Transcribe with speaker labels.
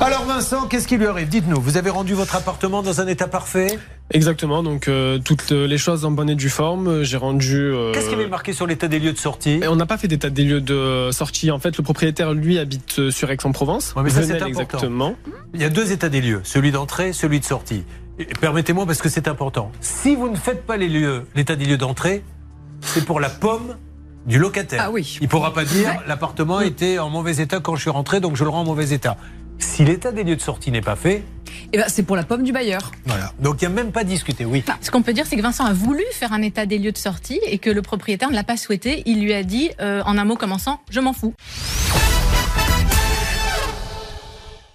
Speaker 1: Alors Vincent, qu'est-ce qui lui arrive Dites-nous, vous avez rendu votre appartement dans un état parfait
Speaker 2: Exactement, donc euh, toutes les choses en bonne et due forme. J'ai rendu. euh,
Speaker 1: Qu'est-ce qui avait marqué sur l'état des lieux de sortie
Speaker 2: et on n'a pas fait d'état des lieux de sortie. En fait, le propriétaire, lui, habite euh, sur Aix-en-Provence.
Speaker 1: Ouais, mais ça, c'est
Speaker 2: Venelle,
Speaker 1: important.
Speaker 2: exactement.
Speaker 1: Il y a deux états des lieux, celui d'entrée, celui de sortie. Et Permettez-moi parce que c'est important. Si vous ne faites pas les lieux, l'état des lieux d'entrée, c'est pour la pomme du locataire.
Speaker 3: Ah oui. Mm.
Speaker 1: Il pourra pas dire l'appartement était en mauvais état quand je suis rentré, donc je le rends en mauvais état. Si l'état des lieux de sortie n'est pas fait,
Speaker 3: Eh ben, c'est pour la pomme du bailleur.
Speaker 1: voilà. Donc il n'y a même pas à discuter, oui.
Speaker 4: Enfin, ce qu'on peut dire, c'est que Vincent a voulu faire un état des lieux de sortie et que le propriétaire ne l'a pas souhaité. Il lui a dit, euh, en un mot commençant, je m'en fous.